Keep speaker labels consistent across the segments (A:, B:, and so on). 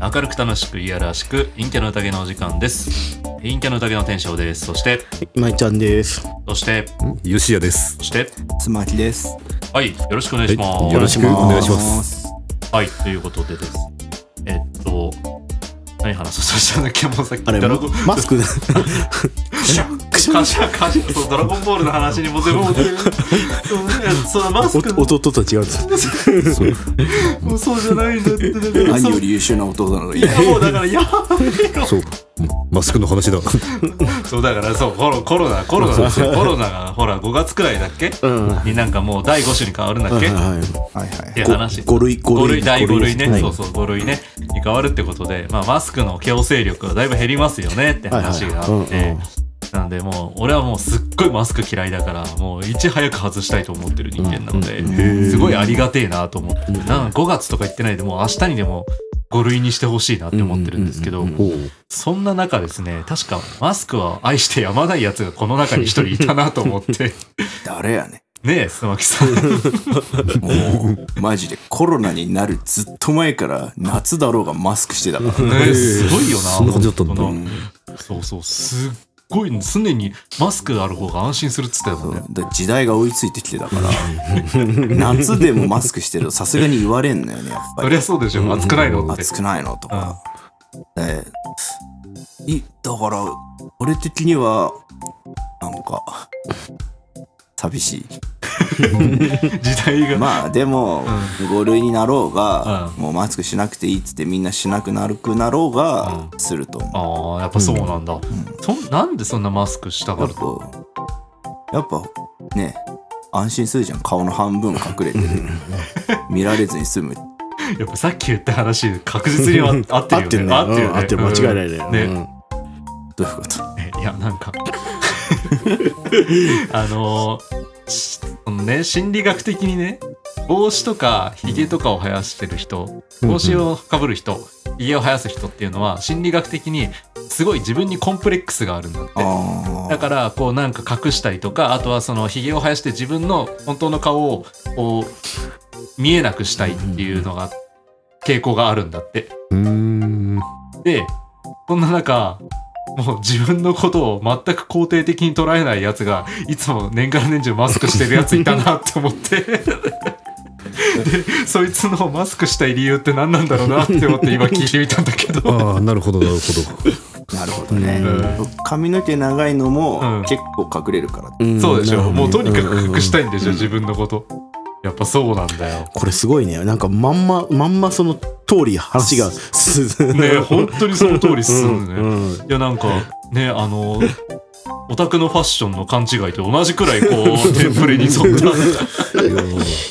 A: 明るく楽しくいやらしく陰キャの宴のお時間です陰キャの宴の天翔ですそして
B: 今井ちゃんです。
A: そして
C: よしやです。
A: そして
D: つまきです。
A: はいよろしくお願いします、
C: はいよろしくお願いします。
D: す。
A: はい、ということでです。えっと、何話そうとしたんだっけもうさっき
B: あれ、
A: ドラゴン、
B: マスクだ。
A: クシャン、クシャン、カシャンそう、ドラゴンボールの話にも全部戻ってる。うんそのマスク
B: お弟と違うんです。
A: もうそうじゃないんだって。
D: 何
A: そう
D: より優秀な弟なのに
A: い。やもうだから、やばいよ。
C: そう。マスクの話だ。
A: そう、だから、そう、コロコロナ、コロナです よ。コロナが、ほら、5月くらいだっけ
B: うん。は
A: になんかもう第5種に変わるんだっ
B: い
A: け
B: は
D: はい
A: い
D: は
A: や話
B: い。五類、
A: 5類第5類ね、
B: はい
A: そうそう5類ねに変わるってことで、まあ、マスクの強制力はだいぶ減りますよねって話があって、
B: はいはいうんうん
A: なんでもう俺はもうすっごいマスク嫌いだからもういち早く外したいと思ってる人間なので、すごいありがてえなと思っててなんか5月とか言ってないでもう明日にでも5類にしてほしいなって思ってるんですけど、
B: うんうんうん
C: おう
A: そんな中ですね確かマスクは愛してやまないやつがこの中に一人いたなと思って
D: 誰やね
A: ねえ須きさん
D: ん。もう、マジでコロナになるずっと前から夏だろうがマスクしてたから。
A: ねすごいよな。
C: そんな感じだったんだ
A: 本当
D: う
A: そう
D: ん
A: そう、すっごい、常にマスクある方が安心するっつってた
D: そ
A: もん
D: う
A: ね。
D: だ時代が追いついてきてたから夏でもマスクしてるとさすがに言われんのよねやっぱ
A: そ
D: り
A: りゃそうでしょ、暑くないのって。
D: 暑くないのと
A: うん
D: か、でいだから俺的にはなんか寂しい
A: 時代が。
D: まあでも、5類になろうが、
A: う
D: もうマスクしなくていいっつってみんなしなくなるくなろうが、すると思う
A: ああ、やっぱそうなんだ、そん。なんでそんなマスクしたが
D: や
A: る
D: っ
A: と。
D: ぱやっぱね安心するじゃん顔の半分隠れてる 見られずに済む
A: やっぱさっき言った話、確実にあ 合って
B: 合って
A: るよ
B: る
A: ね。
B: ね。うん合ってる。間違いない
A: い。
B: ね。
A: ね
B: うん
D: どういうこと
A: ね いや、なんか。あのーしそのね、心理学的にね、帽子とかひげとかを生やしてる人、帽子をかぶる人、ひげを生やす人っていうのは、心理学的にすごい自分にコンプレックスがあるんだって。
D: あ
A: だからこうなんか隠したりとかあとはそのひげを生やして自分の本当の顔をこう見えなくしたいっていうのが傾向があるんだって。
C: うーん。
A: でそんな中もう自分のことを全く肯定的に捉えないやつがいつも年がら年中マスクしてるやついたなって思ってでそいつのマスクしたい理由って何なんだろうなって思って今聞いてみたんだけど。
C: ああ、なるほど、なるほど。
D: あなるほどね、
A: う
D: 髪の毛長いの
A: うん
D: も結構隠れるから、
B: ん
A: そうでし
B: なる
A: ょ
B: ほどね
A: もうとにか
B: んん
A: く
B: ん
A: 隠したいんでしょ自分のことやっぱそうなんだ よ
B: これすごいね。なんかまんま、まんまその通り話が進む。
A: ね本当にその通りっすんね、
B: う
A: い
B: んうん
A: やなんかねあのオタクのファッションの勘違いと同じくらいこうテンプレに沿った
C: いやー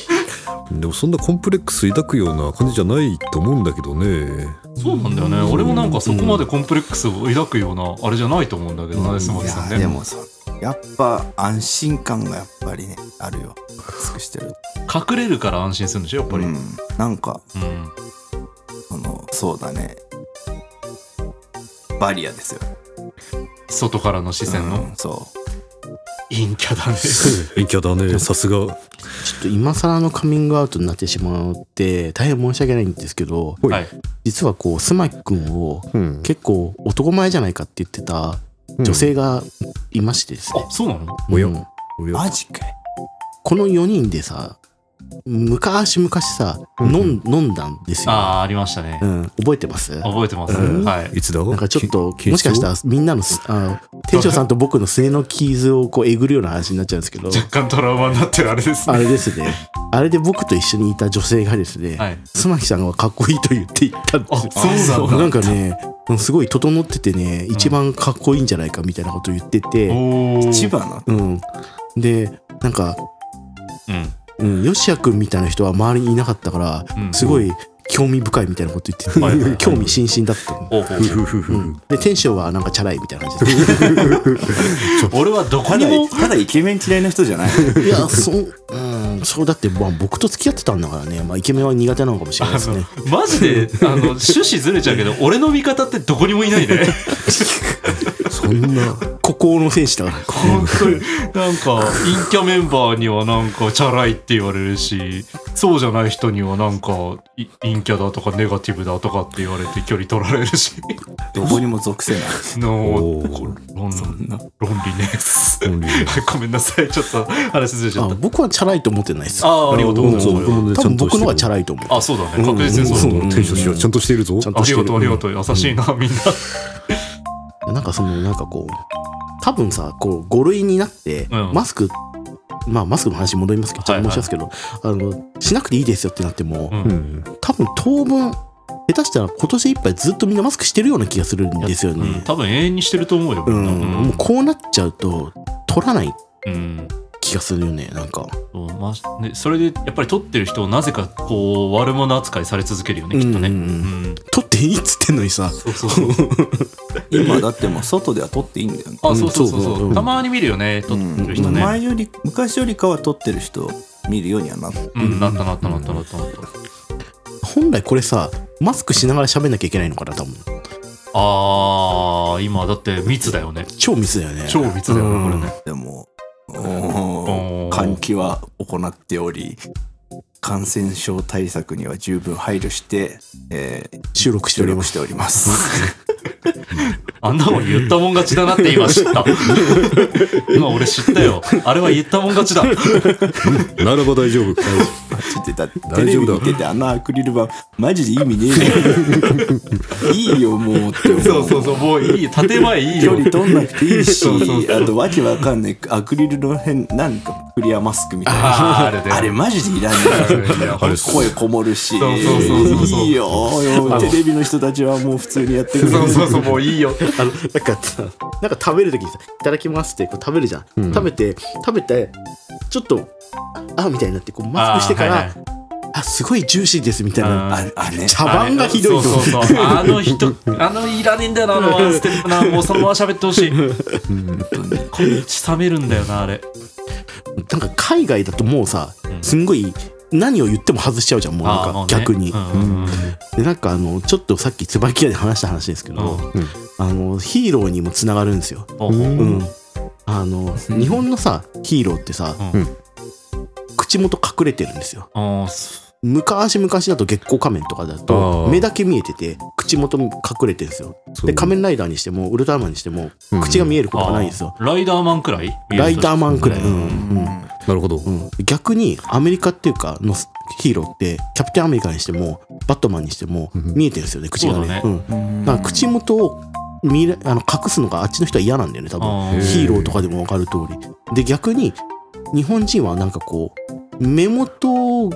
C: でもそんなコンプレックス抱くような感じじゃないと思うんだけどね。
A: そうなんだよね俺もなんかそこまでコンプレックスを抱くようなあれじゃないと思うんだけどなスマ
D: い
A: キ
D: や
A: さん
D: ーで
A: ね
D: もさやっぱ安心感がやっぱりねあるよマスクしてるやっ
A: 隠れるから安心するんでしょやっぱり、う
D: うんん、なんかそのそうだねバリアですよ
A: 外からの視線
D: う
A: の
D: んそ
A: 陰キャだね
C: 陰キャだね、さすが。は
B: ちょっと今更のカミングアウトになってしまって大変申し訳ないんですけど
C: い
A: はい
B: 実はこうスマキ君を
C: うん
B: 結構男前じゃないかって言ってた女性がいましてですね
A: あ、そうなの
C: おや
B: うん
D: うマジかい
B: この4人でさ昔々さ
C: うん
B: 飲ん飲んだんですよ、
A: ああーありましたね
B: うん、覚えてますな
A: 覚えてます、
C: うん
A: はい
C: いつだ
B: んかちょっと
C: け
B: もしかしたらみんなのすあの店長さんと僕のすねの傷をこうえぐるような話になっちゃうんですけど
A: 若干トラウマになってるあれですね
B: あれですねあれで僕と一緒にいた女性がですね、
A: はい
B: 須磨木さんがかっこいいと言っていったんですよ
A: あそうなんだ
B: そう なんかねすごい整っててね一番かっこいいんじゃないかみたいなことを言ってて、
A: おー
D: 千葉の
B: うん、でなんか、
A: うん
B: うん、よしやくんみたいな人は周りにいなかったから、
A: うん
B: すごい興味深いみたいなこと言ってて、
A: はいはいはい
B: 興味津々だった
A: おうおう
C: ふふふ
B: の、うん、で天翔はなんかチャラいみたいな感じ で
A: 俺はどこ
D: た
A: に
D: だ
A: も
D: ただイケメン嫌いな人 じゃない
B: いやそう、うん、そうだって、まあ、僕と付き合ってたんだからね、まあ、イケメンは苦手なのかもしれないですね
A: あのマジであの趣旨ずれちゃうけど俺の味方ってどこにもいないね
C: そんな
B: 孤高の戦士だから
A: 本当になんか陰キャメンバーにはなんかチャラいって言われるしそうじゃない人にはなんかい陰キャだとかネガティブだとかって言われて距離取られる し
D: どこにも属せない。
A: の
C: お
A: こ
C: ー
A: 論
D: そんな。
A: 論理ね
C: 論理ね
A: ごめんなさいちょっと話ずれちゃっ
B: あ
A: た
B: 僕はチャラいと思ってないです
A: ああありがとう
C: うんそう
A: ございま
C: 僕もね
B: 多
C: ちゃ
B: 分
C: んと
B: 僕
C: して
B: の
C: る
B: がチャラいと思
A: すあそうだね
B: うん
A: 確実にそう
C: う
A: だ
C: ん
A: ね
C: テンションしようちゃんとしているぞ
B: ちゃん
A: あ
B: とし
A: りが
B: てる
A: とうありがとう優しいなみんな
B: うなんかそのなんかこう多分さこう5類になって、
A: うん
B: マスクまあマスクの話に戻りますけどちょっと申しますけど、あのしなくていいですよってなっても、
A: うん
C: うん
B: 多分当分下手したら今年いっぱいずっとみんなマスクしてるような気がするんですよ
A: うん
B: ね。
A: 多分永遠にしてると思うよ
B: う
A: み
B: ん、
A: んなうん
B: もうこうなっちゃうと取らない
A: うん
B: 気がするよねなんか。
A: そうまあねそれでやっぱり取ってる人をなぜかこう悪者扱いされ続けるよねきっとね
B: うんうんうん取っていいっつってんのにさ。
A: そうそうそう
D: 今だってもう外では撮っていいんだよね。
A: あ、そうそうそうそう、
B: うんそうそううん
A: たまに見るよね、撮ってる人
D: うん
A: ね。
D: 前より昔よりかは撮ってる人見るようにはなった。
A: うん、なったなったなったなったなった。
B: 本来これさマスクしながら喋んなきゃいけないのかな多分。
A: あー、今だって密だよね。
B: 超ミスだよね。
A: 超密だよね、これね。
D: でもお
A: お
D: ー
A: ー
D: 換気は行っており感染症対策には十分配慮して、えー、
B: 収録して
D: 努
B: お
D: 力
B: りま
D: し
B: して
D: おります。
A: あんなもん言ったもん勝ちだなって今知った。今俺知ったよ。あれは言ったもん勝ちだ。
C: ならば大丈夫
D: ちょっとだって
C: 大
D: テレビ
C: 丈夫だ
D: 見ててあのアクリル板マジで意味ね えじゃんいいよもうって思
A: そうそうそう、もういい。建前いい
D: 距
A: よ。
D: 離取んなくていいし
A: そうそうそう
D: あとわけわかんないアクリルの辺なんかクリアマスクみたいな
A: あーあれで。
D: あれマジでいらない
A: いや
C: あれ
D: 声こもるし
A: そうそうそうそうそう
D: いいよ
A: の
D: テレビの人たちはもう普通にやってる
A: そうそうそう、もういいよ。
B: あのなんかさなんか食べる時にさ「いただきます」ってこう食べるじゃん、
C: うん
B: 食べて食べてちょっと「あ」みたいになってこうマスクしてから「あ,、
A: あーはいはい
B: すごいジューシーです」みたいな
D: ああれね
B: 茶番がひどいと
A: そう
B: 思う
A: そうそう。あの人、あのいらねえんだよな、あのワンステップな。もうそのまま喋ってほしい。こっち冷めるんだよな、あれ。
B: なんか海外だともうさ
A: ん
B: すんごい何を言っても外しちゃうじゃんもう
A: あ
B: な
A: ー
B: ん
A: もう
B: か
A: ね
B: 逆に、
A: うんうんうん
B: でなんかあのちょっとさっき椿屋で話した話ですけど、
A: う
B: あのヒーローにもつながるんですよ、
A: ほうほう
B: うんあの日本のさヒーローってさ、
A: うん
B: 口元隠れてるんですよ
A: あーす
B: 昔々だと月光仮面とかだ
C: あ
B: と
C: ー
B: 目だけ見えてて口元隠れてるんですよで仮面ライダーにしてもウルトラマンにしても
C: うん
B: 口が見えることがないんですよ、
A: あーライダーマンくらい
B: ライダーマンくらい、
A: う
B: うんんうん
C: なるほど
B: うん逆にアメリカっていうかのヒーローってキャプテンアメリカにしてもバットマンにしても
C: うん
B: 見えてるんですよね口が
A: そうだね
B: ねうんだから口元を見れあの隠すのがあっちの人は嫌なんだよね多分
A: あー
B: ヒーローとかでも分かる通りで逆に日本人はなんかこう目元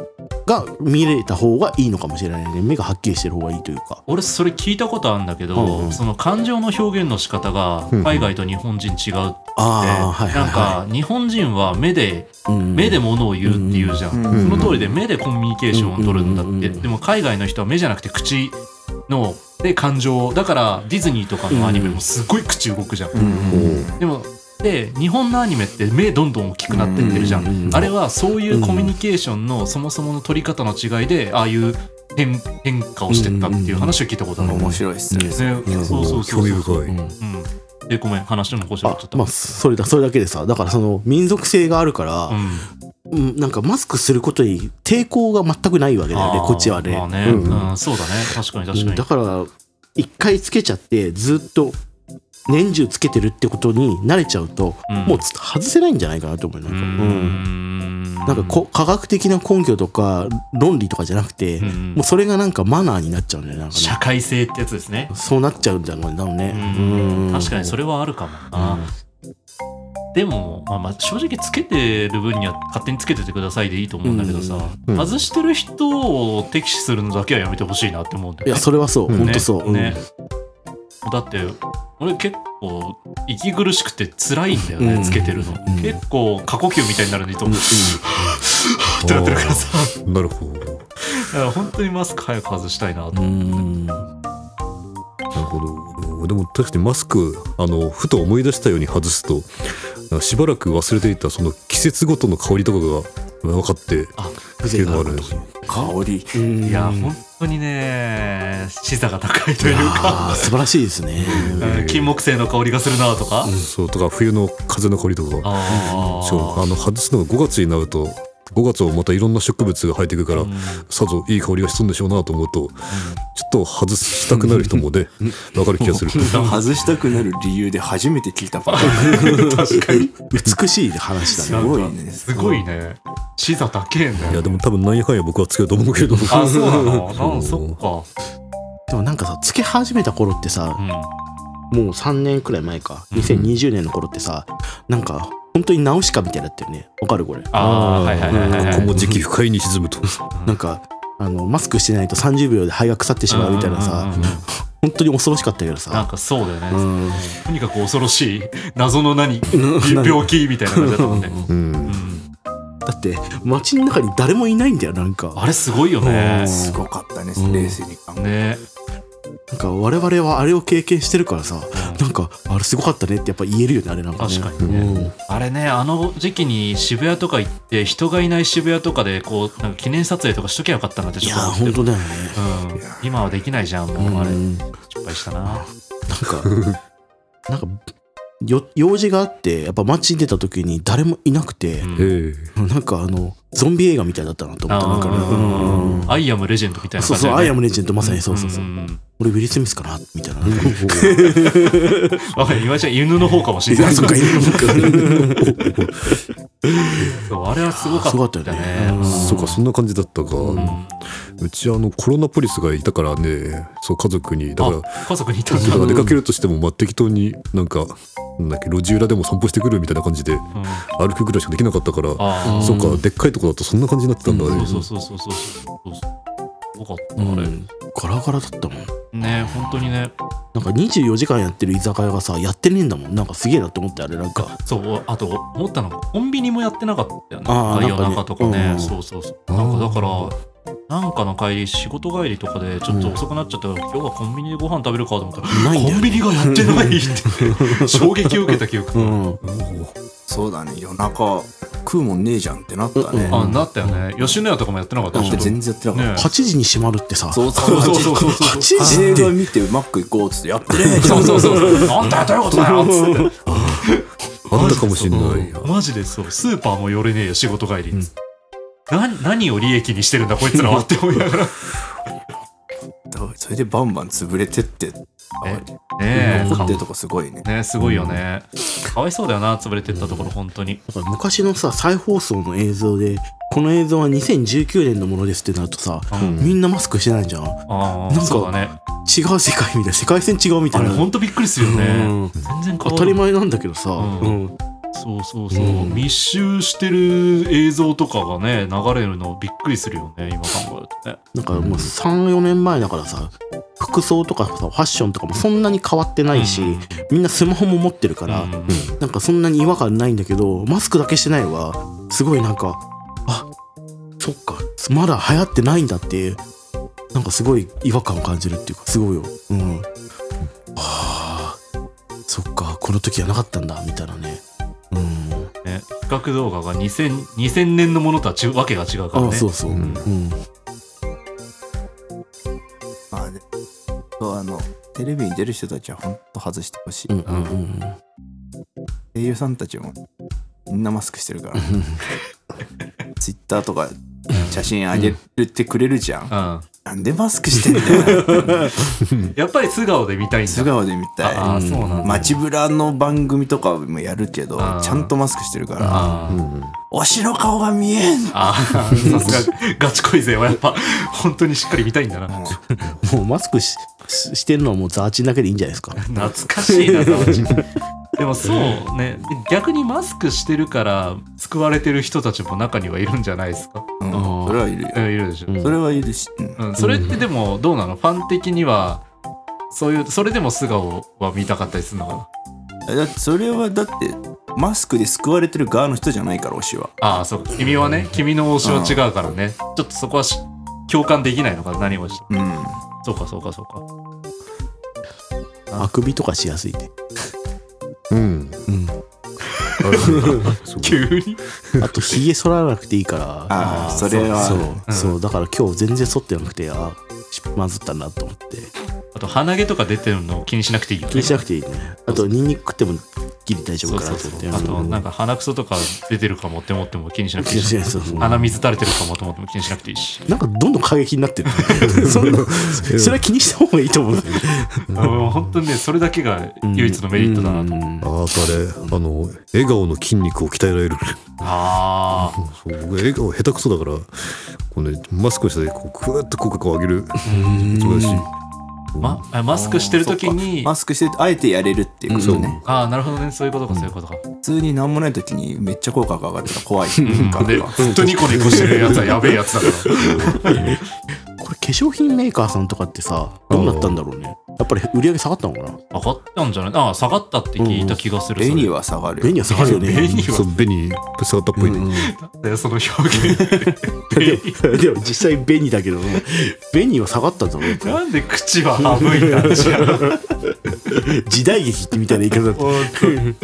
B: が見れた方がいいのかもしれないね目がはっきりしてる方がいいというか
A: 俺それ聞いたことあるんだけど、
B: うんうん
A: その感情の表現の仕方が
C: うんうん
A: 海外と日本人違うって、
B: ああはいはい
A: なん
B: は
A: か日本人は目で
B: いうん
A: 目で物を言うっていうじゃん、
D: うん
A: その通りで目でコミュニケーションを取るんだって、
B: うんうんうんうん
A: でも海外の人は目じゃなくて口ので感情をだからディズニーとかのアニメもすごい口動くじゃん、
B: うん
C: お
A: でもで日本のアニメって目どんどん大きくなってってるじゃん,、
B: うんうんうん
A: あれはそういうコミュニケーションのそもそもの取り方の違いでああいう変変化をしてったっていう話を聞いたことある、
D: 面白いっすね
A: ねそうそうそう
C: 興味深い
A: うん、でごめん話の腰折っ
B: あ
A: ちゃった、
B: まあそれだそれだけでさだからその民族性があるから、
A: うん、
B: うんなんかマスクすることに抵抗が全くないわけだよね
A: あー
B: こっちはね,、
A: まあね
C: うん
A: うんそうだね確かに確かに、
B: だから一回つけちゃってずっと年中つけてるってことに慣れちゃうと、
A: うん
B: もうつ外せないんじゃないかなと思うなん
A: うー
B: か,、うん
A: ん
B: なんかこ科学的な根拠とか論理とかじゃなくて、
A: うん
B: もうそれがなんかマナーになっちゃうんだよねなんかね
A: 社会性ってやつですね
B: そうなっちゃうんだろうね多分
A: う
B: ね、
A: ん
B: うん
A: 確かにそれはあるかもな、でも、まあ、まあ正直つけてる分には勝手につけててくださいでいいと思うんだけどさ、
C: うん
A: 外してる人を敵視するのだけはやめてほしいなって思うんだ
B: い
A: よ
B: や
A: ね。
B: それはそう、
C: うん
B: ほんとそう、うん
A: ねだって俺結構息苦しくて辛いんだよね、
B: うん
A: つけてるの、
B: ん
A: 結構過呼吸みたいになるのにと、
B: うんう
A: っ
B: ん
A: てなってるからさ
C: おなるほどなる
A: だから本当にマスク早く外したいなと、
B: うん
C: ほどでも確かにマスクあのふと思い出したように外すとなんかしばらく忘れていたその季節ごとの香りとかが分かって
A: あ
C: っていうのがあるんですよ
D: 香り
B: うん
A: いや本当にね視座が高いという
B: あ
A: か
B: ー素晴らしいですね。
A: うん金木犀の香りがするなとか、
C: そうとか冬の風の氷とか
A: あー
C: そうあの外すのが5月になると5月をまたいろんな植物が生えてくるから、
A: うん
C: さぞいい香りがするんでしょうなと思うと、ちょっと外したくなる人もねわかる気がする
D: 外したくなる理由で初めて聞いたパターン
A: 確かに
B: 美しい話
D: す
B: だね。
D: ごいね
A: すごいね視座高えんだ
C: いや
A: よ
C: でも多分なんやかんや僕は強いと思うけど
A: あそうなの
C: そ
A: あ
C: う
A: そっか
B: でもなんかさつけ始めた頃ってさ
A: う、ん
B: もう3年くらい前か
A: うん
B: 2020年の頃ってさなんか本当にナウシカみたいだったよねわかるこれ
A: あーはいはいはいはい
C: ここも時期不快に沈むと
B: なんかあのマスクしてないと30秒で肺が腐ってしまうみたいな
A: うんうん
B: さ
A: うんうん
B: 本当に恐ろしかったけど
A: なん
B: さ
A: かそうだよね、
B: うん
A: とにかく恐ろしい謎の何病気みたいな感じだったもんね、
C: うん
A: うん
B: だって街の中に誰もいないんだよなんか
A: あれすごいよね
D: すごかったね
B: うん
D: 冷静に考え
A: ね
B: なんか我々はあれを経験してるからさなんかあれすごかったねってやっぱ言えるよねあれなんかね
A: 確かにね、
B: うん
A: あれねあの時期に渋谷とか行って人がいない渋谷とかでこうなんか記念撮影とかしときゃよかったなって
B: い
A: ちょ
B: や
A: っと思って
B: 本当だよね
A: うん、今はできないじゃんもう、あれ
B: うん
A: 失敗したな
B: なんか、なんか、よ用事があって、やっぱ街に出た時に誰もいなくて
A: う、ん
C: え
B: なんかあの、ゾンビ映画みたいだったなと思った。なんかね
A: あー
B: うん
A: アイアムレジェンドみたいな
B: そう
A: 感じ
B: そ
A: だ
B: う、
A: よね
B: アイアムレジェンド、まさにそうそうそう。
A: んんん
B: 俺、ウィル・スミスかなみたいな。
A: わかる岩井ちゃん犬の方かもしれない
B: そっか、いるの
A: そうあれはすごか
B: すごかっ
A: ったた
B: よ
A: よ
B: ね
A: ね
B: うん
C: えそうかそんな感じだったが、う
A: うん
C: ちあのコロナポリスがいたからねそう家族にだから
A: あ家族にいたん
C: だ
A: だ
C: から出かけるとしても、まあ、適当になんかなんだっけ路地裏でも散歩してくるみたいな感じで
A: うんあ
C: 歩くぐらいしかできなかったから
A: あ
C: そうかでっかいとこだとそんな感じになってたんだね、
A: そうそうそうそうそうそうそうよかったあれ、
B: うんガラガラだったもん。
A: ね本当にね
B: なんか24時間やってる居酒屋がさ、やってねえんだもん。なんかすげえなって思って、あれ、なんか。
A: そうあと思ったのがコンビニもやってなかったよね
B: あー
A: 夜中とかね
B: なんかねうん
A: そうそうそうなんかだからなんかの帰り仕事帰りとかでちょっと遅くなっちゃったから、今日はコンビニでご飯食べるかと思ったら、
B: ないんだ
A: コ
B: よ
A: ン
B: ね。
A: ビニがやってないって 衝撃を受けた記憶、
B: うん。
D: そうだね夜中食うもんねえじゃんってなったね
B: うん
A: あなったよね吉野家とかもやってなかった
D: だ
A: で
D: っ
A: しょ
D: て全然やってなかっ
A: ね
B: 8時に閉まるってさ、
D: たそうそうそうそう
A: そう
B: 8時
D: 映
B: って
D: 画見てマック行こうっつってやってねえじ
A: そ
D: ゃん
A: うそうそう。なんだよ、どういうことだよっつって。
C: あったかもしんないや
A: マジでそう。スーパーも寄れねえよ、仕事帰り。な何を利益にしてるんだ、こいつらはって思いながら。ね
D: それでバンバン潰れてって
A: え
D: 残ってるとこすごいね
A: ねすごいよね。かわいそうだよな、潰れてったところ、本当に。
B: なんか昔のさ再放送の映像でこの映像は2019年のものですってなるとさ、
A: うん
B: みんなマスクしてないじゃん違
A: あ
B: なん
A: あ、
B: か
A: そうだね。
B: う世界みたいな世界線違うみた
A: あ
B: い
A: れ、
B: な
A: 本当びっくりするよね。
B: うん
A: 全然変わ
B: 当
A: る
B: たり前なんだけどさ、
A: ん
B: うん
A: そうそうそう、
B: うん
A: 密集してる映像とかがね流れるのびっくりするよね今考えるとね
B: なんかもう34年前だからさ服装とかさファッションとかもそんなに変わってないし、
A: うん
B: みんなスマホも持ってるから、
A: うん
B: なんかそんなに違和感ないんだけどマスクだけしてないはすごいなんかあそっかまだ流行ってないんだっていうなんかすごい違和感を感じるっていうかすごいようんはあそっかこの時はなかったんだみたいなねうん
A: ね、比較動画が 2000, 2000年のものとはちわけが違うから
B: あ
A: ね
B: そうそう、う
C: うんん
D: まあねそうあのテレビに出る人たちはほんと外してほしい
B: うんうんうん
D: 声優さんたちもみんなマスクしてるから
B: ん
D: ツイッターとか写真上げてくれるじゃん、
A: うん
D: なんでマスクしてん だよ
A: やっぱり素顔で見たいんだ
D: 素顔で見た
A: あ
D: い
A: あそうなんだ
D: 街ぶらの番組とかもやるけど
A: あー
D: ちゃんとマスクしてるから
A: あー
D: 推しの顔が見えん
A: あーさすがガチ恋勢はやっぱ本当にしっかり見たいんだな
B: もうマスクしししてるのはもうザーチンだけでいいんじゃないですか
A: 懐かしいなザワチンでもそうね逆にマスクしてるから救われてる人たちも中にはいるんじゃないですか、
D: うん
B: あー
D: それはいるよ
A: うんいるでしょ、
B: ん
D: それはいるし、うん
A: うん、それってでもどうなのファン的にはそういうそれでも素顔は見たかったりするのかな
D: だってそれはだってマスクで救われてる側の人じゃないから推しは
A: ああそうか君はね君の推しは違うからねちょっとそこはし共感できないのか何をしても
D: うん
A: そうかそうかそうか
B: あくびとかしやすいね
C: うん
B: うん
C: あるねそう
A: 急に
B: あとひ げ剃らなくていいから
D: ああそれは
B: そう
A: うん
B: そうだから今日全然剃ってなくてあ失混ざったなと思って
A: あと鼻毛とか出てるの気にしなくていいよね
B: 気にしなくていいねあとニンニク食ってもギリ大丈
A: そ
B: 夫
A: う
B: か
A: そう
B: な
A: そ
B: と思って
A: うあとなんか鼻くそとか出てるかもって思っても気にしなくていいし
B: 気にし ないそうそう
A: 鼻水垂れてるかもと思っても気にしなくていいし
B: なんかどんどん過激にな ってるそれそれは気にした方がいいと思うんですよね
A: あもう本当にねそれだけが唯一のメリットだなと、
B: うん
C: ああとあれあの笑顔の筋肉を鍛えられる
A: ああ
C: そう僕笑顔下手くそだからこう、ね、マスクをしてこうクーッと口角を上げる素晴らしい
A: まあマスクしてる時に
D: マスクしてるとあえてやれるっていうことね
A: ああなるほどねそういうことかそういうことか、
D: 普通に何もない時にめっちゃ効果が上がるから怖い感覚
A: で
D: が
A: ずっとニコニコしてるやつはやべえやつだから
B: これ化粧品メーカーさんとかってさどうなったんだろうねやっぱり売り上げ下がったのかな
A: 上がったんじゃないああ下がったって聞いた気がする、
D: 絵に
A: は
D: は下がる
B: 便利は下がるよ
A: ベ
B: ね
A: ニ
C: そ
A: は
C: う紅下がったっぽいね、
A: だよその表現ベニ
B: でも実際便利だけど便利は下がったんだろうね
A: なんで口は省いたんじゃん
B: 時代劇ってみたいな言い方だった
A: 本当に本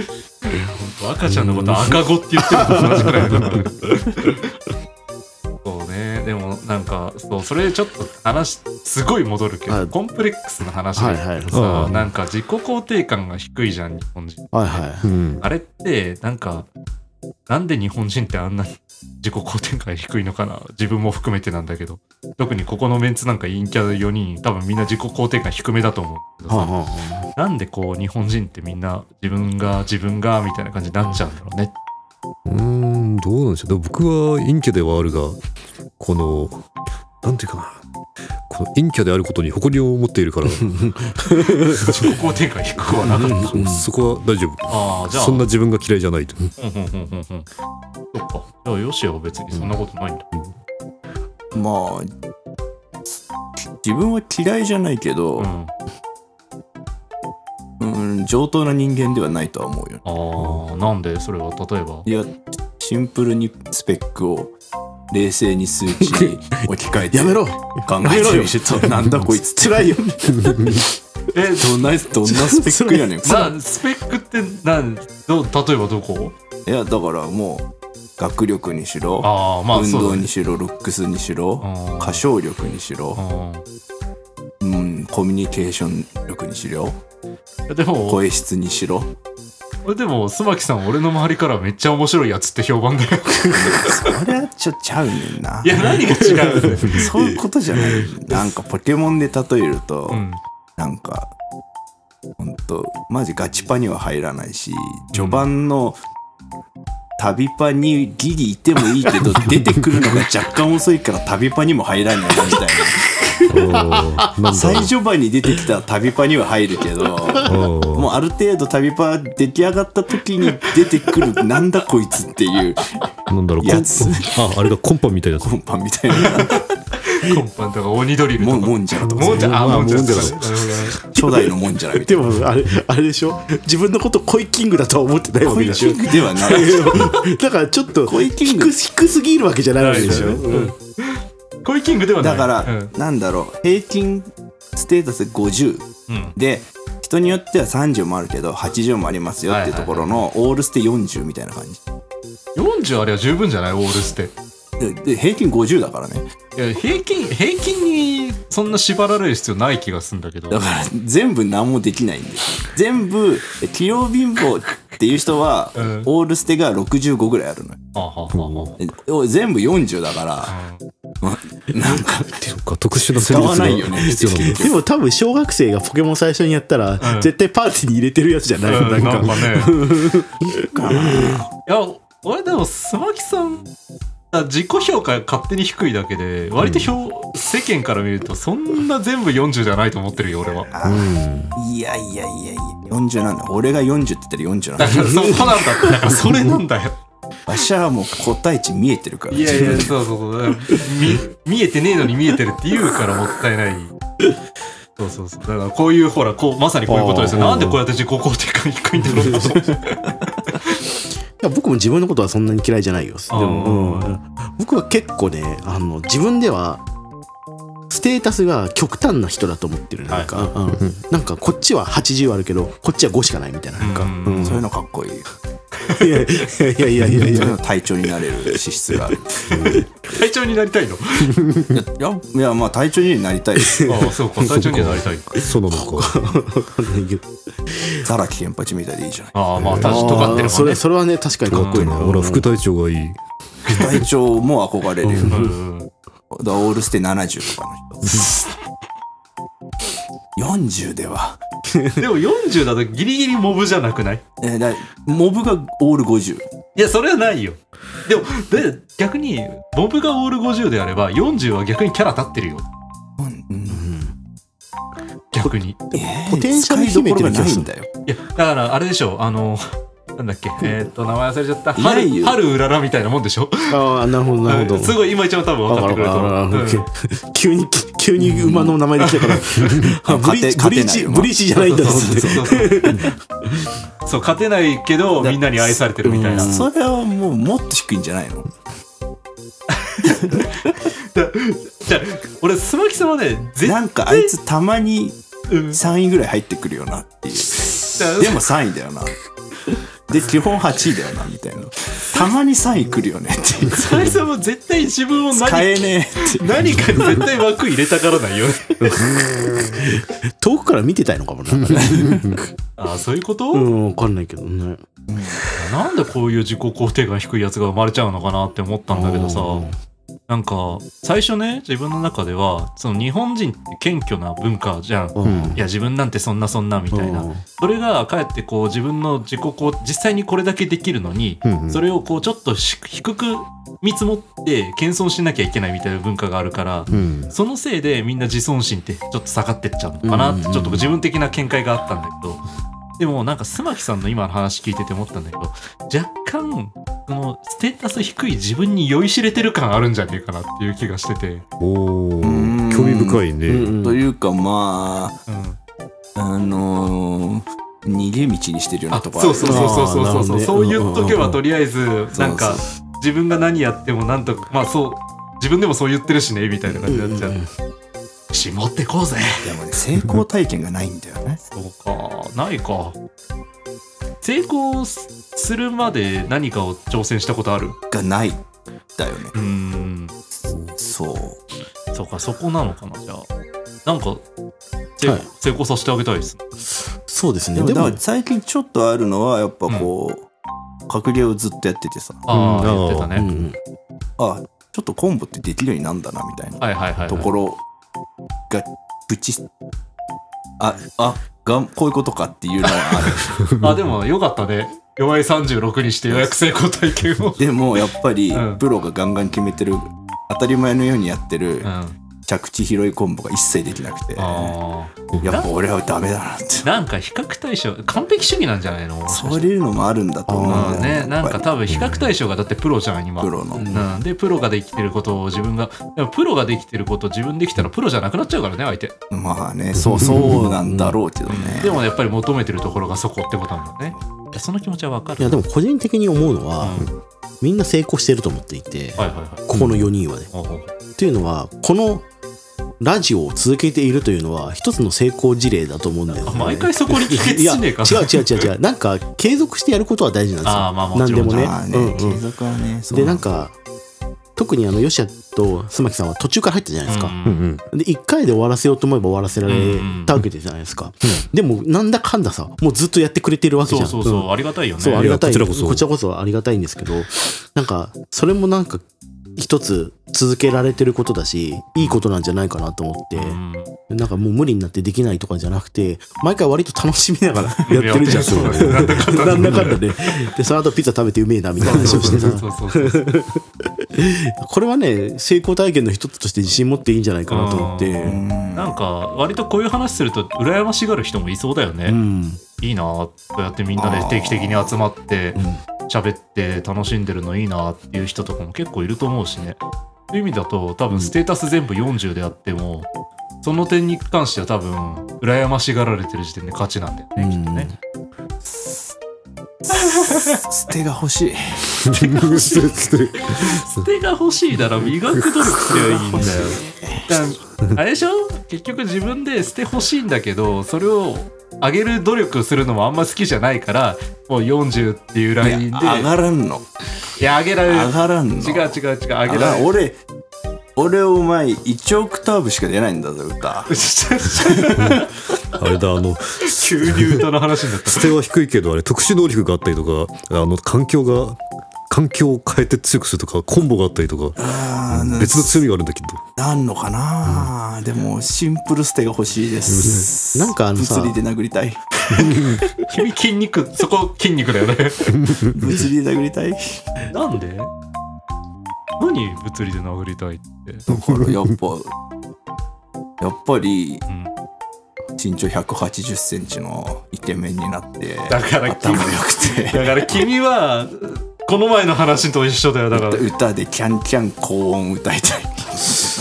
A: 当赤ちゃんのこと赤子って言ってると同じくらいだそうねでもなんかそうそれちょっと話すごい戻るけど、
B: はい
A: コンプレックスの話
B: は
A: で
B: い
A: さ、
B: はい
C: うん
A: なんか自己肯定感が低いじゃん日本人
B: はいは
C: うん
A: あれってなんかなんで日本人ってあんなに 自己肯定感が低いのかな自分も含めてなんだけど特にここのメンツなんか陰キャ4人多分みんな自己肯定感低めだと思うんだけど
B: いはあ
A: さ
B: はあは
A: なんでこう日本人ってみんな自分が自分がみたいな感じになっちゃうんだろうね。
C: うーんどうなんでしょうでも僕は陰キャではあるがこのなんていうかなこの陰キャであることに誇りを持っているから
A: 自己肯定感低くはなかった。
B: うん
C: そこは大丈夫
A: ああ、じゃあ。
C: そんな自分が嫌いじゃないと
A: うんうんうんうんうん。そっか。じゃあよしよ、別にそんなことないんだ。
D: まあ自分は嫌いじゃないけ
A: う
D: ど
A: ん。、あ
D: うん、上等な人間ではないとは思うよ
A: あー、なんでそれは例えば。
D: いやシンプルにスペックを冷静に数値に置き換え
B: あ
D: て
B: やめろ
D: 考えてみるとなんだこいつって
B: 辛いよ
A: え、
D: どんなどんなスペックやねんい
A: な、スペックってなんどう例えばどこ
D: やだからもう学力にしろ
A: ああ、まあ
D: 運
A: そう
D: 動
A: だね。
D: にしろロックスにしろ
A: うん
D: 歌唱力にしろ、
A: う
D: うん、コミュニケーション力にしろ
A: んでも、
D: 声質にしろ
A: でも、須巻さん、俺の周りからめっちゃ面白いやつって評判だよ。
D: それはちょちゃうねんない
A: や、何が違うんだよ。
D: そういうことじゃないなんかポケモンで例えると、
A: うん。
D: なんかほんとマジガチパには入らないし序盤の旅パにギリいてもい いけど出てくるのが若干遅いから旅パにも入らないなみたい
C: あーな
D: なん
C: だ
D: 最序盤に出てきたら旅パには入るけど
C: あー
D: もうある程度旅パ出来上がった時に出てくるなんだこいつっていう
C: なんだろうコン
D: やつ
C: ああれがコンパみた いなやつ
D: コンパみたいな
A: コンパンとか鬼ドリルと
D: も
A: か。
D: んもんじゃらとか
A: もんじゃ、あ、
C: まあ
A: もんじゃ、
C: もんじゃだ
A: そうだねなるほどね
D: 初代のもんじゃらみた
B: で
D: いな。
B: もあれあれでしょ自分のこと恋キングだとは思ってないわ
D: コ
B: け
D: イ
B: で
D: キ
B: しょ
D: ングではない。
B: だからちょっと
D: 恋キン
B: 低
D: グ
B: す低すぎるわけじゃないわけでしょ、うん
A: コイキングではない。
D: だから、
A: うん。
D: なんだろう平均ステータス50
A: うん
D: で人によっては30もあるけど80もありますよっていうところのオールステ40みたいな感じ
A: 40あれは十分じゃないオールステ。
D: でで平均50だからね
A: いや、平均、平均にそんな縛られる必要ない気がするんだけど。
D: だから全部何もできないんですよ全部器用貧乏っていう人は、
A: うん
D: オールステが65ぐらいあるのよ
A: あははは
D: えおい全部40だからなんか
C: そっか特殊な
D: 使
C: 戦
D: わない
C: 術
D: よね
C: が必要なんだ
B: でも多分小学生がポケモン最初にやったら、
A: うん
B: 絶対パーティーに入れてるやつじゃない、
A: うん
B: な
A: なんん
B: か
A: かね。
D: か ない
A: や、俺でも、スマキさん、あ自己評価勝手に低いだけで、割と評、世間から見ると、そんな全部40じゃないと思ってるよ、俺は。
D: いやいやいやいや40なんだ俺が40って言ったら40なん
A: だ
D: だ
A: から、そこなんだって。だから、それなんだよ。
D: わしはもう答え値見えてるから
A: いやいや、そうそうそう。だから見、見えてねえのに見えてるって言うからもったいない。そうそうそう。だからこういう、ほら、こう、まさにこういうことですよ。
B: あー
A: なんでこうやって自己肯定感低いんだろうと思って。
B: いや僕も自分のことはそんなに嫌いじゃないよで
A: あー
B: も、うん僕は結構ねあの自分ではステータスが極端な人だと思ってるなんか、うんなんかこっちは80あるけどこっちは5しかないみたいななんか、
A: うん
B: うん
D: そういうのかっこいい。
B: いやいやいやいやいや
D: 体調になれる資質がある
A: 体調になりたいの
D: いやいやいやまあ体調になりたいです
A: ああそうか体調にはなりたいのか
C: そうなのか。
B: わかんないけど
D: ザラキケンパチみたいでい いじゃない
A: ああまあ確
B: あ
A: かに尖って
B: ー
A: る
B: そ
A: もん
B: れ
A: ね
B: それはね確かに
C: か
B: かっ
C: っこ
B: こ
C: い
B: いい
C: いな。
B: な
C: ほら、副隊長がいい。
D: 体調も憧れるよ、
A: う
D: だか
A: んうん
D: らオールステ70とかの人40では、
A: でも40だとギリギリモブじゃなくない
D: えーだモブがオール50
A: いやそれはないよでもで逆にモブがオール50であれば40は逆にキャラ立ってるよ
D: うん
A: 逆にい
D: えー
B: ポテンシャル秘めてる気が
D: 使いどころがない
B: する
D: んだよ
A: やだからあれでしょあのなんだっけえーっと名前忘れちゃった
D: いない
A: 春
D: よ
A: 春うららみたいなもんでしょ
B: ああなるほどなるほ
A: うん
B: ど
A: すごい今一番多分分かってくれると思う
B: わかるわか
A: う
B: る
A: ん
B: わかる 急に急に馬の名前で来たからあブリ
D: 勝て
B: ブ
D: 勝て
B: リー
D: ない
B: チ
D: よ
B: ブリーチじゃないんだっつって
A: そうそうそうそうそう勝てないけどみんなに愛されてるみたいな
B: うん
D: それはもうもっと低いんじゃないの
A: じゃあ俺スマキさんはね絶
D: なんかあいつたまに
A: うんじ
D: 3位ぐらい入ってくるよなっていう
A: ゃあ
D: でも3位だよなで基本8位だよなみたいなたまに3位来るよねっていう
A: スマキさんも絶対自分を
D: 使
A: 何
D: えねえって
A: 何かに絶対枠入れたからないよね
B: 遠くから見てたいのかもななんかね
A: ああそういうこと、
B: うんわかんないけどね
A: なんでこういう自己肯定感低いやつが生まれちゃうのかなって思ったんだけどさ
B: うん
A: なんか最初ね自分の中ではその日本人って謙虚な文化じゃん
B: うん
A: いや自分なんてそんなそんなみたいな
B: うん
A: それがかえってこう自分の自己肯実際にこれだけできるのに
C: うんうん
A: それをこうちょっとし低く見積もって謙遜しなきゃいけないみたいな文化があるから
C: うん。
A: そのせいでみんな自尊心ってちょっと下がってっちゃうのかなってちょっと自分的な見解があったんだけどでもなんか須磨木さんの今の話聞いてて思ったんだけど若干そのステータス低い自分に酔いしれてる感あるんじゃねえかなっていう気がしてて、うん、
C: おお
D: ん
C: 興味深い
B: うん
C: ね。
D: というかまああのー逃げ道にしてるよう
A: あ
D: な
A: そ
D: と
A: う
D: こ
A: そうそう
D: あるよね
A: そうそうそう
B: あーなるほ
A: そうそう
B: どね
A: 言っとけばとりあえず
D: そう
A: なんか自分が何やってもなんとかまあそう自分でもそう言ってるしねみたいな感じになっちゃう。絞ってこうぜ
D: でもね成功体験がないんだよね
A: そうか、ないか。成功するまで何かを挑戦したことある
D: がないだよね
A: うーん、
D: そう
A: そうか、そこなのかな、じゃあ。なんか、成
B: はい
A: 成功させてあげたいです。
B: そうです
D: で
B: ね
D: も
B: で
D: だか
B: も
D: ら最近ちょっとあるのはやっぱこう格ゲーをずっとやっててさ
A: ああ、
C: うん
A: 言ってたね。
B: うんうん
D: あちょっとコンボってできるようになんだなみたいな
A: はいはいはい、はい。
D: ところがプチああがんこういうことかっていうのはあ る
A: あ、でもよかったね。弱い36にして予約成功体験 を。
D: でもやっぱり
A: うん
D: プロがガンガン決めてる当たり前のようにやってる
A: うん、あ
D: 着地広いコンボが一切できなくてや
A: あ
D: っぱ俺はダメだなって
A: ーなんか比較対象完璧主義なんじゃないのもしか
D: そ
A: し
D: う
A: て
D: いうのもあるんだと思
A: う
D: うんんだよ
A: ねなんか
D: やっぱ
A: 多分比較対象がだってプロじゃん今
D: りプロの
A: うん、でプロができてることを自分がでもプロができてることを自分できたらプロじゃなくなっちゃうからね相手
D: まあねそうそうなんだろうけどね
A: でもやっぱり求めてるところがそこってことなんだねいやその気持ちはわか
B: い
A: る
B: やでも個人的に思うのは
A: うん
B: みんな成功してると思っていて
A: はいはいはい
B: ここの4人はね
A: ほうほう
B: っていうのはこのラジオを続けているというのは一つの成功事例だと思うんだよ、
A: あ
B: ね、
A: 毎回そこに帰結
B: いや
A: し
B: 違う
A: ねえか
B: 違う違う違うなんか継続してやることは大事なんですよ
A: あーまあもち
B: 何
A: ろ
B: で
A: ん
B: もね
D: まあ
B: うん
D: ね
B: う
D: 継
B: ん
D: 続はねそう
B: でなんか特にあの吉谷と須磨木さんは途中から入ったじゃないですか、
C: う
A: うん
C: んうん。
B: で1回で終わらせようと思えば終わらせられたわけじゃないですか、でもなんだかんださもうずっとやってくれてるわけ
A: そ
B: じゃ
A: うんそうそう、
B: ん
A: ありがたいよね
B: そう、ありがたい。
C: いやこちらこそ
B: ありがたいんですけど、なんか、それもなんか、一つ続けられてることだし、いいことなんじゃないかなと思って、
A: うん
B: なんかもう無理になってできないとかじゃなくて、毎回割と楽しみな がら
A: や
B: やってるじゃん、
A: そうだ
B: な
A: ねなんだかんだ
B: んだかんだね。で、その後ピザ食べてうめえな、みたいな話
A: そう
B: をして
A: そう
B: さ。
A: そう そうそう
B: これはね、成功体験の一つとして自信持っていいんじゃないかなと思って。
A: うなんか割とこういう話すると羨ましがる人もいそうだよね、
B: うん。
A: いいなあそうやってみんなで定期的に集まって喋って楽しんでるのいいなっていう人とかも結構いると思うしねそういう意味だと多分ステータス全部40であっても、その点に関しては多分羨ましがられてる時点で勝ちなんだよね、きっとね
D: 捨てが欲しい
A: 捨てが欲しいなら磨く努力すればいいんだよだからあれでしょ結局自分で捨て欲しいんだけどそれを上げる努力するのもあんま好きじゃないからもう40っていうラインでい
D: いや上
A: や
D: がらんの
A: 上げられる
D: 上がらんの
A: 違う違う違う上げ
D: 上
A: ら
D: が
A: れ
D: らん
A: る
D: 俺俺お前1オクターブしか出ないんだぞ歌
C: あれだあの
A: 急に歌の話になった
C: 捨ては低いけどあれ特殊能力があったりとかあの環境が環境を変えて強くするとかコンボがあったりとか
D: あー
C: 別の強みがあるんだけど
D: なんのかな、でもシンプルステが欲しいです、
B: なんかあのさ
D: 物理で殴りたい
A: 君筋肉そこ筋肉だよね
D: 物理で殴りたい
A: なんで何物理で殴りたいって、
D: だからやっぱやっぱり
A: うん、
D: 身長1 8 0ンチのイケメンになって
A: だから
D: 頭良くて
A: だから君はこの前の話と一緒だよ だから
D: 歌でキャンキャン高音歌いたい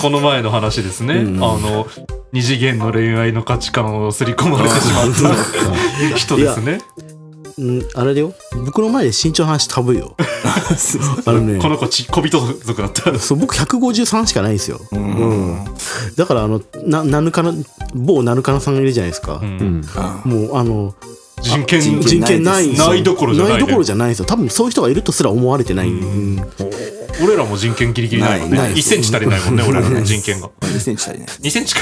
A: この前の話ですね、
B: うん
A: あの二次元の恋愛の価値観を刷り込まれてしまった人ですね
B: うんあれだよ僕の前で身長の話タブーよあのね
A: この子ち小人族だった
B: そう僕153しかないんですよ、
D: うん
B: だからあのなナヌカナ某ナヌカナさんがいるじゃないですか、
A: うん
B: もうあの
A: 人権
D: 人
B: 人権ない
D: ない
A: どころじゃないね
B: どころじゃないんですよ多分そういう人がいるとすら思われてない、
A: 俺らも人権ギリギリないもんね
D: ないない
A: 1センチ足りないもんね俺らの人権が
D: 2センチ足りない
A: 2センチか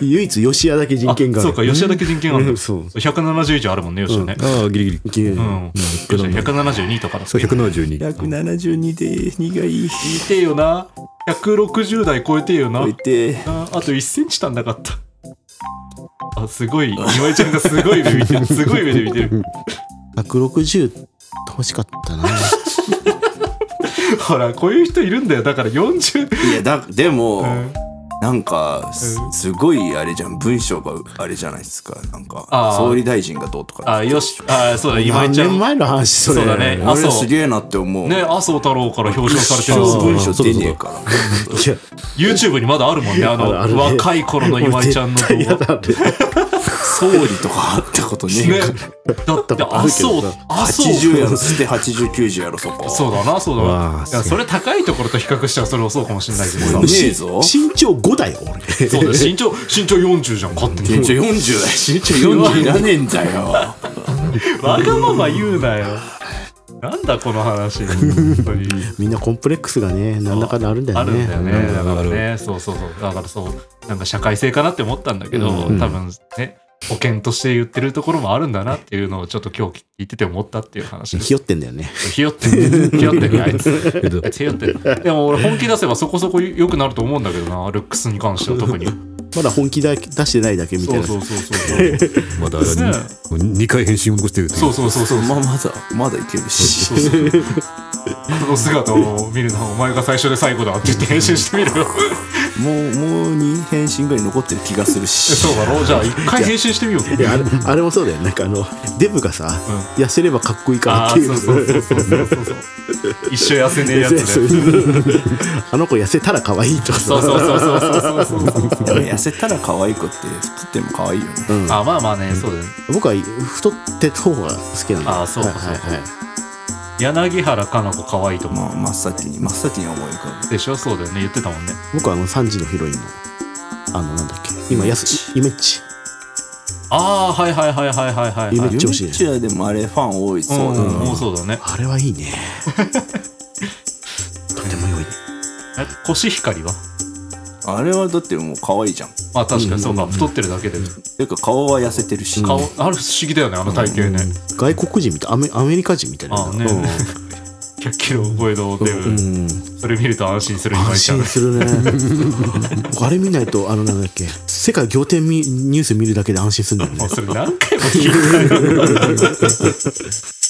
B: 唯一吉谷だけ人権が
A: あ
B: ある
A: そうか吉田だけ人権あるんだ
B: うんそう
A: 170以上あるもんね吉田ね
C: ああギリギリ
B: いけ
A: うん吉田172とかだ
C: そう172
D: 172で2がいい
A: 見てえよな160代超えてえよな
D: 置いて
A: ああと1センチ足んなかったあすごい今井ちゃんがすごい目見てるすごい目で見てる
B: 160欲しかったな
A: ほらこういう人いるんだよだから40
D: いやだでも、
A: うん
D: なんかす
A: うん
D: すごいあれじゃん文章があれじゃないですかなんか
A: あー
D: 総理大臣がどうとか
A: あよしあそうだ今井
B: 何
A: ちゃ
B: 年
A: ん
B: 前の話それ
A: そうだね
D: あれ
A: 麻
D: す
A: 生
D: げえなって思う、
A: ね麻生太郎から表彰されて
D: 一
A: るん
D: 生
A: で
D: 文
A: す
D: 章出ねえから
B: いや
A: YouTube にまだあるもんねあの
B: あるあるね
A: 若い頃の今井ちゃんの動
B: 俺絶対嫌
A: 画
B: だって
D: 総理とかあったことね
A: ね
D: えから、
A: だって麻生麻
D: 80や
A: 生
D: ろ捨て8090やろそこ
A: そうだなそうだ
C: わ
A: な
C: あ
A: いやそれ高いところと比較したらそれはそうかもしれないけどさ
D: ねえぞ
B: 身長5だよ俺
A: そうだよ身 長身長40じゃん勝手に
D: 身長40だし身長40いらねえんだよ
A: わがまま言うなよ。なんだこの話。本当 に
B: みんなコンプレックスがね何らかのあるんだ
A: あ
B: よ
A: るんだよ
B: ね
A: ね。だからね、そうそうそう。だからそう、なんか社会性かなって思ったんだけど、
B: うん
A: 多分ね、保険として言ってるところもあるんだなっていうのをちょっと今日聞いてて思ったっていう話です。
B: ひよってんだよね
A: ひよって る。ひよってるね、あいつ。
C: えっと
A: ひよってる。でも俺本気出せばそこそこ良くなると思うんだけどな、ルックスに関しては 特に。
B: まだ本気だ出してないだけみ
A: そ
B: たいうな
A: そうそうそう。
C: まだあれ
A: ね
C: 2回返信を残してるっていう
A: そうそうそう そう。
D: まあまだまだいけるし
A: そうそうこの姿を見るのはお前が最初で最後だって言って編集してみろよ
D: もうもう2返信ぐらい残ってる気がするし
A: そうだろうじゃあ一回編集してみよう
B: いやあれあれもそうだよなんかあのデブがさ、痩せればかっこいいから
A: あ
B: っ
A: あ
B: て
A: ー
B: いう
A: そうそうそうそうそうそうそう一生痩せねえやつね
B: そ
A: そうう
B: あの子痩せたら可愛いとか
A: そうそうそうそうそうそうそう
D: でも痩せたら可愛い子って太っても可愛いよね
B: うん
A: あまあまあねそうだね
B: 僕は太ってた方が好きなんだ
A: あーそうかそうか
B: はいはいはい
A: 柳原かな子可愛いと思
D: まあ真っ先に真っ先に思い浮か
A: うでしょそうだよね言ってたもんね
B: 僕はあの3時のヒロインのあのなんだっけ今やすイメッチ
A: ああはいはいはいはいはいはいは
B: 夢
A: い
D: ぶ
B: めっちゃ欲しい
D: ユミチアでもあれファン多いそうだ
A: うん
D: な
A: もうそうだね
B: あれはいい ねとても良いね
A: えコシヒカリは
D: あれはだってもう可愛いじゃん
A: まあ確かにそうか太ってるだけで
D: ていうか顔は痩せてるし
A: 顔あれ不思議だよねあの体型ね
B: 外国人みたいアメアメリカ人みたいな
A: ああね100キロ超えのデ
B: う
A: ブ
B: ん
A: それ見ると安心する今井
B: 安
A: ちゃん
B: 心 するね僕あれ見ないとあのなんだっけ世界仰天みニュース見るだけで安心するんだ
A: も
B: よね
A: うそれ何回も聞いたよ